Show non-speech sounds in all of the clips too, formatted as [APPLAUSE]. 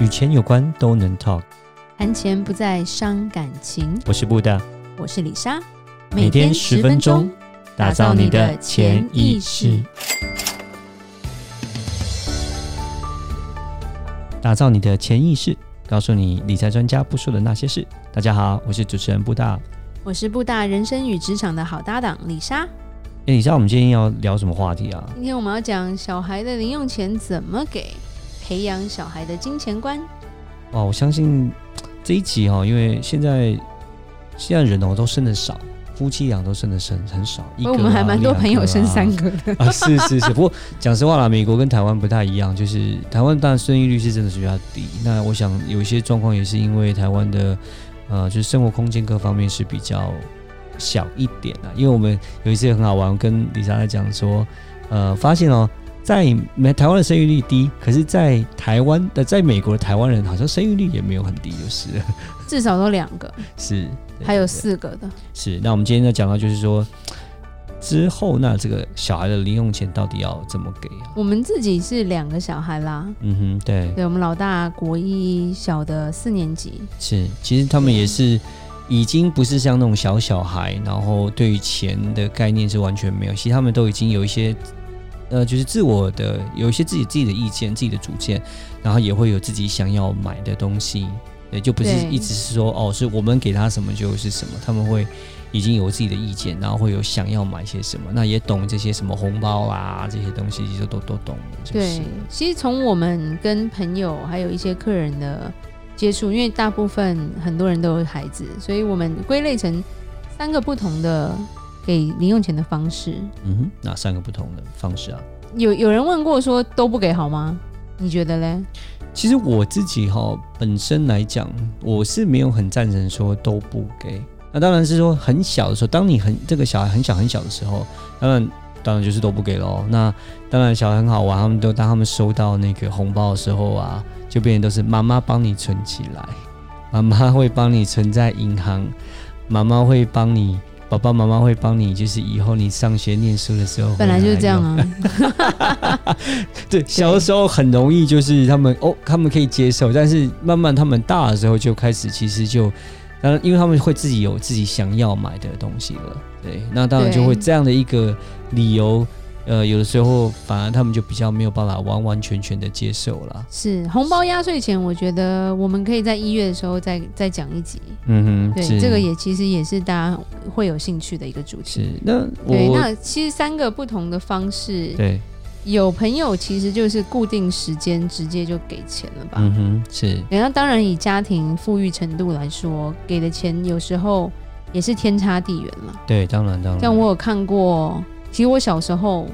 与钱有关都能 talk。谈钱不再伤感情。我是布大，我是李莎，每天十分钟，打造你的潜意识，打造你的潜意识，告诉你理财专家不说的那些事。大家好，我是主持人布大。我是布大人生与职场的好搭档李莎。哎，你知道我们今天要聊什么话题啊？今天我们要讲小孩的零用钱怎么给，培养小孩的金钱观。哇，我相信这一集哈、哦，因为现在现在人哦都生的少，夫妻俩都生的生很少，一因个、啊、为哦我们还蛮多朋友生三个。个 [LAUGHS] 的，啊，是是是，不过讲实话啦，美国跟台湾不太一样，就是台湾当然生育率是真的是比较低。那我想有一些状况也是因为台湾的呃，就是生活空间各方面是比较小一点的。因为我们有一次也很好玩，我跟李莎在讲说，呃，发现哦，在美台湾的生育率低，可是，在台湾的在美国的台湾人好像生育率也没有很低，就是了至少都两个，是，啊对还有对对四个的。是，那我们今天要讲到就是说。之后，那这个小孩的零用钱到底要怎么给啊？我们自己是两个小孩啦，嗯哼，对，对我们老大国一，小的四年级。是，其实他们也是已经不是像那种小小孩，然后对于钱的概念是完全没有，其实他们都已经有一些。呃，就是自我的有一些自己自己的意见、自己的主见，然后也会有自己想要买的东西，对，就不是对一直是说哦，是我们给他什么就是什么，他们会已经有自己的意见，然后会有想要买些什么，那也懂这些什么红包啊这些东西，其实都都懂的，就是对，其实从我们跟朋友还有一些客人的接触，因为大部分很多人都有孩子，所以我们归类成三个不同的给零用钱的方式。嗯哼，哪三个不同的方式啊？有有人问过说都不给好吗？你觉得嘞？其实我自己哈、本身来讲，我是没有很赞成说都不给。那当然是说很小的时候，当你很这个小孩很小很小的时候，当然当然就是都不给咯。那当然小孩很好玩，他们都当他们收到那个红包的时候啊，就变成都是妈妈帮你存起来，妈妈会帮你存在银行，妈妈会帮你。爸爸妈妈会帮你，就是以后你上学念书的时候，本来就是这样啊。啊，对，小的时候很容易就是他们哦，他们可以接受，但是慢慢他们大的时候就开始，其实就，当然因为他们会自己有自己想要买的东西了，对，那当然就会对这样的一个理由，呃，有的时候反而他们就比较没有办法完完全全的接受了。 [LAUGHS] 是红包压岁钱，我觉得我们可以在一月的时候再再讲一集。嗯哼，对，是这个也其实也是大家会有兴趣的一个主是题。那对，我那其实三个不同的方式，对，有朋友其实就是固定时间直接就给钱了吧？嗯哼，是对那当然以家庭富裕程度来说，给的钱有时候也是天差地远了。对，当然当然，像我有看过，其实我小时候，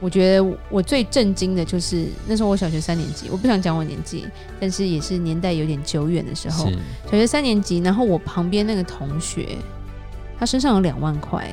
我觉得我最震惊的就是那时候我小学三年级，我不想讲我年纪，但是也是年代有点久远的时候，是小学三年级，然后我旁边那个同学，他身上有两万块，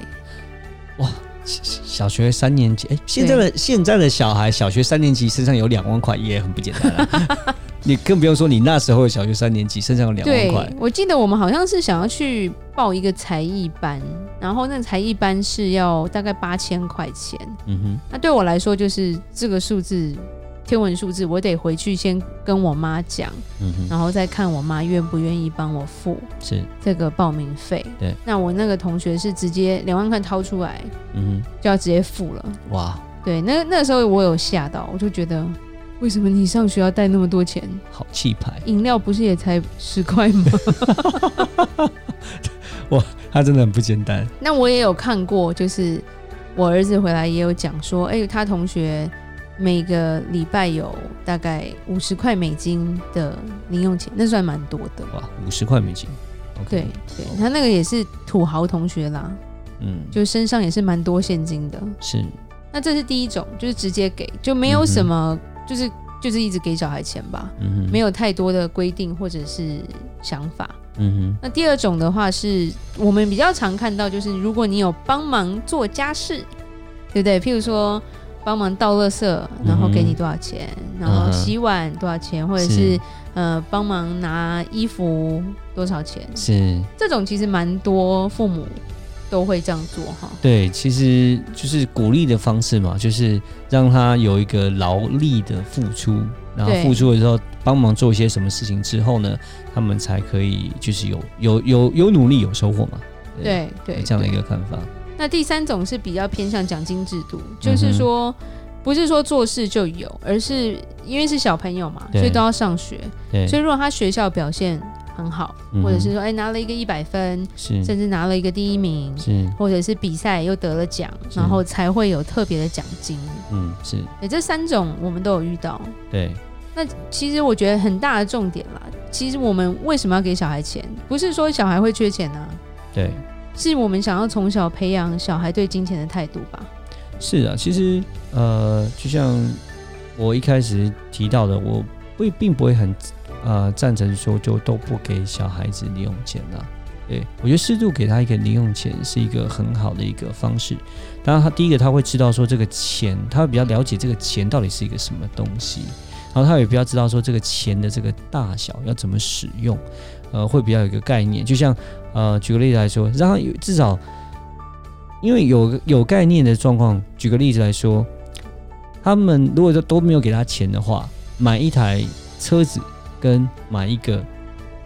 小小学三年级，哎、现在的现在的小孩，小学三年级身上有两万块也很不简单啊。 [LAUGHS] 你更不用说你那时候小学三年级身上有两万对块，，我记得我们好像是想要去报一个才艺班，然后那个才艺班是要大概八千块钱。嗯那对我来说，就是这个数字，天文数字，我得回去先跟我妈讲，哼，嗯哼，然后再看我妈愿不愿意帮我付是，这个报名费。对，那我那个同学是直接两万块掏出来嗯就要直接付了。哼，哇，对，那那时候我有吓到，我就觉得。为什么你上学要带那么多钱？好气派，饮料不是也才十块吗？他真的很不简单。那我也有看过，就是我儿子回来也有讲说，哎、他同学每个礼拜有大概五十块美金的零用钱，那算蛮多的。哇，五十块美金，OK，对，对，他那个也是土豪同学啦，嗯，就身上也是蛮多现金的。是，那这是第一种，就是直接给，就没有什么，就是就是一直给小孩钱吧，嗯哼，没有，有太多的规定或者是想法。嗯那第二种的话是，我们比较常看到，就是如果你有帮忙做家事，对不对？譬如说帮忙倒垃圾，然后给你多少钱，然后洗碗多少钱，或者是是呃帮忙拿衣服多少钱，哼，是。这种其实蛮多父母都会这样做哈。对，其实就是鼓励的方式嘛，就是让他有一个劳力的付出，然后对付出的时候帮忙做一些什么事情之后呢，他们才可以就是有有有有努力有收获嘛，对对，这样的一对个看法，那第三种是比较偏向奖金制度，就嗯是哼说、不是说做事就有，而是因为是小朋友嘛，对所以都要上学，对，所以如果他学校表现很好，嗯哼嗯或者是说哎、拿了一个一百分，是甚至拿了一个第一名，是或者是比赛又得了奖，是然后才会有特别的奖金。嗯是哎，这三种我们都有遇到。对，其实我觉得很大的重点啦，其实我们为什么要给小孩钱？不是说小孩会缺钱啊，对，是我们想要从小培养小孩对金钱的态度吧。是啊，其实呃，就像我一开始提到的，我不并不会很呃赞成说就都不给小孩子零用钱啦。对我觉得适度给他一个零用钱是一个很好的一个方式。当然他，第一个他会知道说这个钱，他会比较了解这个钱到底是一个什么东西，然后他也比较知道说这个钱的这个大小要怎么使用，呃，会比较有一个概念。就像呃，举个例子来说，让他有至少因为有有概念的状况，举个例子来说，他们如果说都没有给他钱的话，买一台车子跟买一个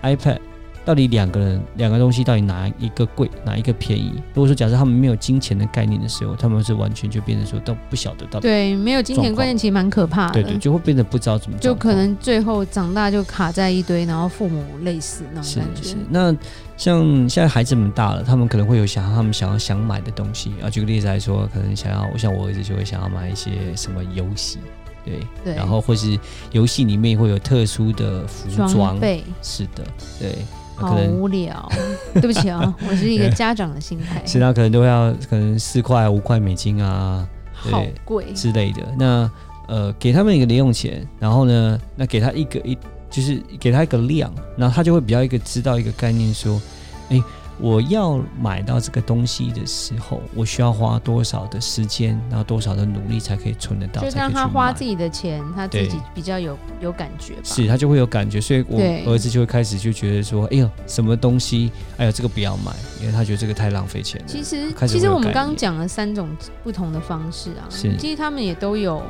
iPad，到底两个人两个东西到底哪一个贵，哪一个便宜？如果说假设他们没有金钱的概念的时候，他们是完全就变成说都不晓得到底，对，啊没有金钱状况观念其实蛮可怕的。对对，就会变得不知道怎么就状况，可能最后长大就卡在一堆，然后父母类似那种是感觉是。。那像现在孩子们大了，他们可能会有想要他们想要想买的东西啊。举个例子来说，可能想要，我像我儿子就会想要买一些什么游戏，对，对，然后或是游戏里面会有特殊的服装装，备是的，对，那好可能无 [LAUGHS] 聊。对不起啊，我是一个家长的心态，是他可能都要可能四块五块美金啊好贵。之类的。那呃，给他们一个零用钱，然后呢，那给他一个一就是给他一个量，然后他就会比较一个知道一个概念说，诶，我要买到这个东西的时候，我需要花多少的时间，然后多少的努力才可以存得到，就才可让以去他花买。自己的钱，他自己对比较有有感觉吧。是他就会有感觉，所以我对儿子就会开始就觉得说，哎呦，什么东西，哎呦，这个不要买，因为他觉得这个太浪费钱了。其实开始其实会有我们概刚刚念讲了三种不同的方式啊，是其实他们也都有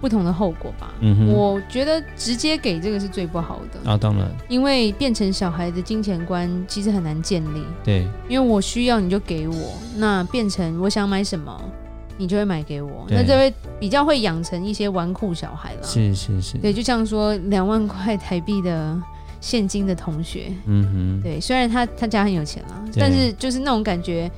不同的后果吧。嗯哼，我觉得直接给这个是最不好的，啊，当然，因为变成小孩的金钱观其实很难建立，对，因为我需要你就给我，那变成我想买什么你就会买给我，对那就会比较会养成一些纨绔小孩了。是是是，对，就像说两万块台币的现金的同学，嗯哼，对，虽然他他家很有钱啦，对但是就是那种感觉，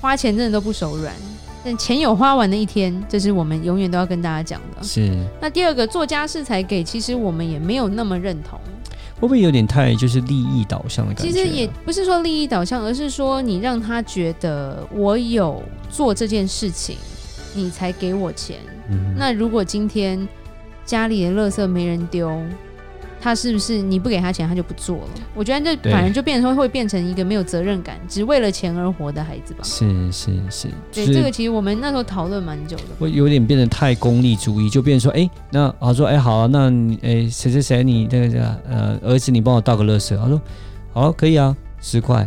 花钱真的都不手软。但钱有花完的一天，这是我们永远都要跟大家讲的。是那第二个做家事才给，其实我们也没有那么认同。会不会有点太就是利益导向的感其觉？啊实也，不是说利益导向，而是说你让他觉得我有做这件事情，你才给我钱。嗯哼，那如果今天家里的垃圾没人丢，他是不是你不给他钱，他就不做了？我觉得这对反而就变成说会变成一个没有责任感，只为了钱而活的孩子吧。是是是，就对，这个是其实我们那时候讨论蛮久的。会有点变得太功利主义，就变成说，哎，那他说，哎，好啊，那你，哎，谁谁谁，你那个呃，儿子，你帮我倒个垃圾，他说，好，可以啊，十块，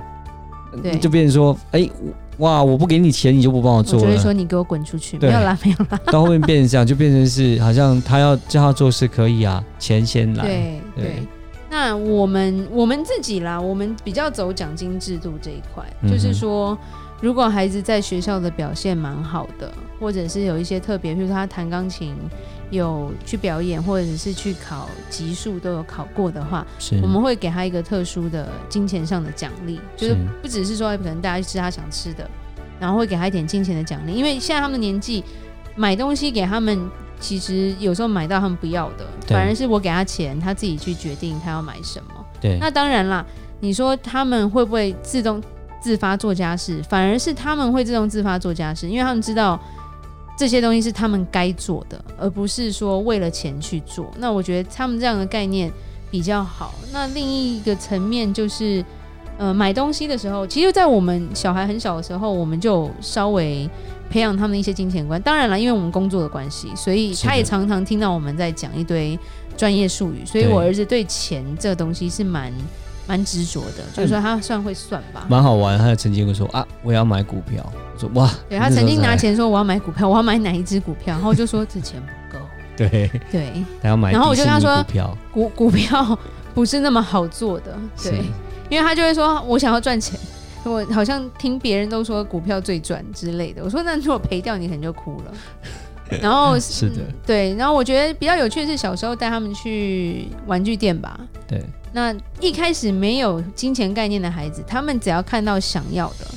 对嗯就变成说，哎，哇，我不给你钱，你就不帮我我做就了会。说你给我滚出去，没对有啦，没有啦。 [LAUGHS] 到后面变成这样，就变成是好像他要叫他做事可以啊，钱先来。对对对。那我们我们自己啦，我们比较走奖金制度这一块，嗯哼就是说，如果孩子在学校的表现蛮好的，或者是有一些特别，比如说他弹钢琴有去表演，或者是去考级数都有考过的话，是我们会给他一个特殊的金钱上的奖励，就是是不只是说哎可能大家去吃他想吃的，然后会给他一点金钱的奖励，因为现在他们年纪买东西给他们，其实有时候买到他们不要的，对反而是我给他钱，他自己去决定他要买什么。对那当然啦，你说他们会不会自动自发做家事？反而是他们会自动自发做家事，因为他们知道这些东西是他们该做的，而不是说为了钱去做。那我觉得他们这样的概念比较好。那另一个层面就是。呃，买东西的时候，其实，在我们小孩很小的时候，我们就稍微培养他们一些金钱观。当然了，因为我们工作的关系，所以是的他也常常听到我们在讲一堆专业术语，所以对我儿子对钱这个东西是蛮蛮执着的，就是说他算会算吧。嗯蛮好玩。他曾经会说啊，我要买股票。我说哇，对他那时曾候经才 [LAUGHS] 拿钱说我要买股票，我要买哪一只股票，然后我就说这钱不够，对，对，他要买迪然后我士就跟他尼说股票，股股票不是那么好做的，是对，因为他就会说我想要赚钱，我好像听别人都说股票最赚之类的，我说那如果赔掉你可能就哭 [LAUGHS] 了。然后是的嗯对，然后我觉得比较有趣的是小时候带他们去玩具店吧。对，那一开始没有金钱概念的孩子，他们只要看到想要的，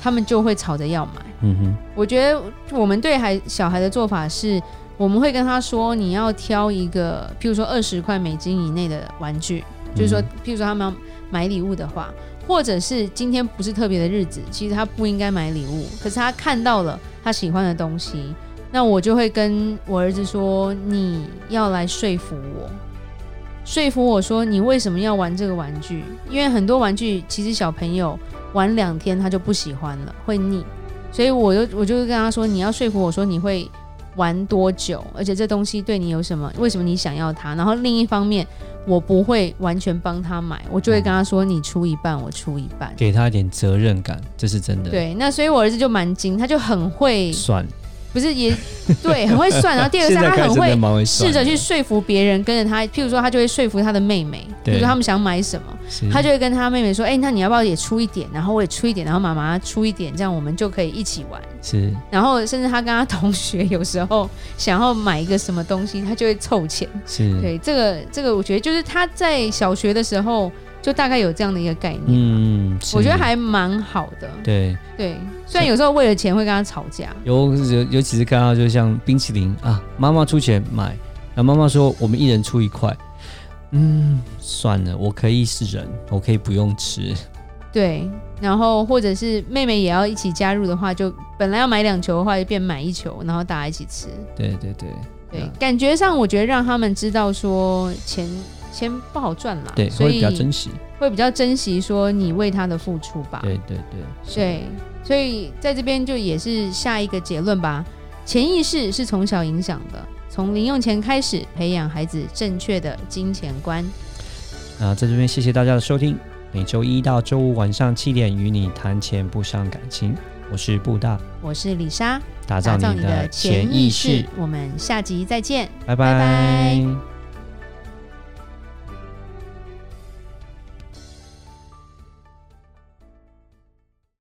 他们就会吵着要买。嗯哼，我觉得我们对孩小孩的做法是，我们会跟他说，你要挑一个，譬如说二十块美金以内的玩具，就是说，譬如说他们要买礼物的话，或者是今天不是特别的日子，其实他不应该买礼物，可是他看到了他喜欢的东西，那我就会跟我儿子说，你要来说服我。说服我说你为什么要玩这个玩具？因为很多玩具其实小朋友玩两天他就不喜欢了，会腻。所以我就我就跟他说，你要说服我说你会玩多久，而且这东西对你有什么？为什么你想要它？然后另一方面，我不会完全帮他买，我就会跟他说，你出一半，我出一半。给他一点责任感，这是真的。，对，那所以我儿子就蛮精，他就很会，算，不是也对，很会算。然后第二个现是在他开很始真的会蛮会试算着的，去说服别人跟着他，譬如说他就会说服他的妹妹，比如对嗯说他们想买什么，是他就会跟他妹妹说，哎、那你要不要也出一点？然后我也出一点，然后妈妈出一点，这样我们就可以一起玩。是然后甚至他跟他同学有时候想要买一个什么东西，他就会凑钱。是，对，这个这个我觉得就是他在小学的时候就大概有这样的一个概念，嗯，我觉得是还蛮好的。对，对，虽然有时候为了钱会跟他吵架，尤尤尤其是看到就像冰淇淋啊，妈妈出钱买，那妈妈说我们一人出一块，嗯，算了，我可以是人，我可以不用吃，对，然后或者是妹妹也要一起加入的话，就本来要买两球的话，就变买一球，然后大家一起吃。对对对对，嗯感觉上我觉得让他们知道说钱钱不好赚啦，对，所会比以较珍惜，会比较珍惜说你为他的付出吧。对对对，是啊对，所以在这边就也是下一个结论吧。潜意识是从小影响的，从零用钱开始培养孩子正确的金钱观。那在这边谢谢大家的收听，每周一到周五晚上七点与你谈钱不伤感情，我是布大，我是李莎，打打造造你你的的潜潜意意识识，。我们下集再见。拜拜拜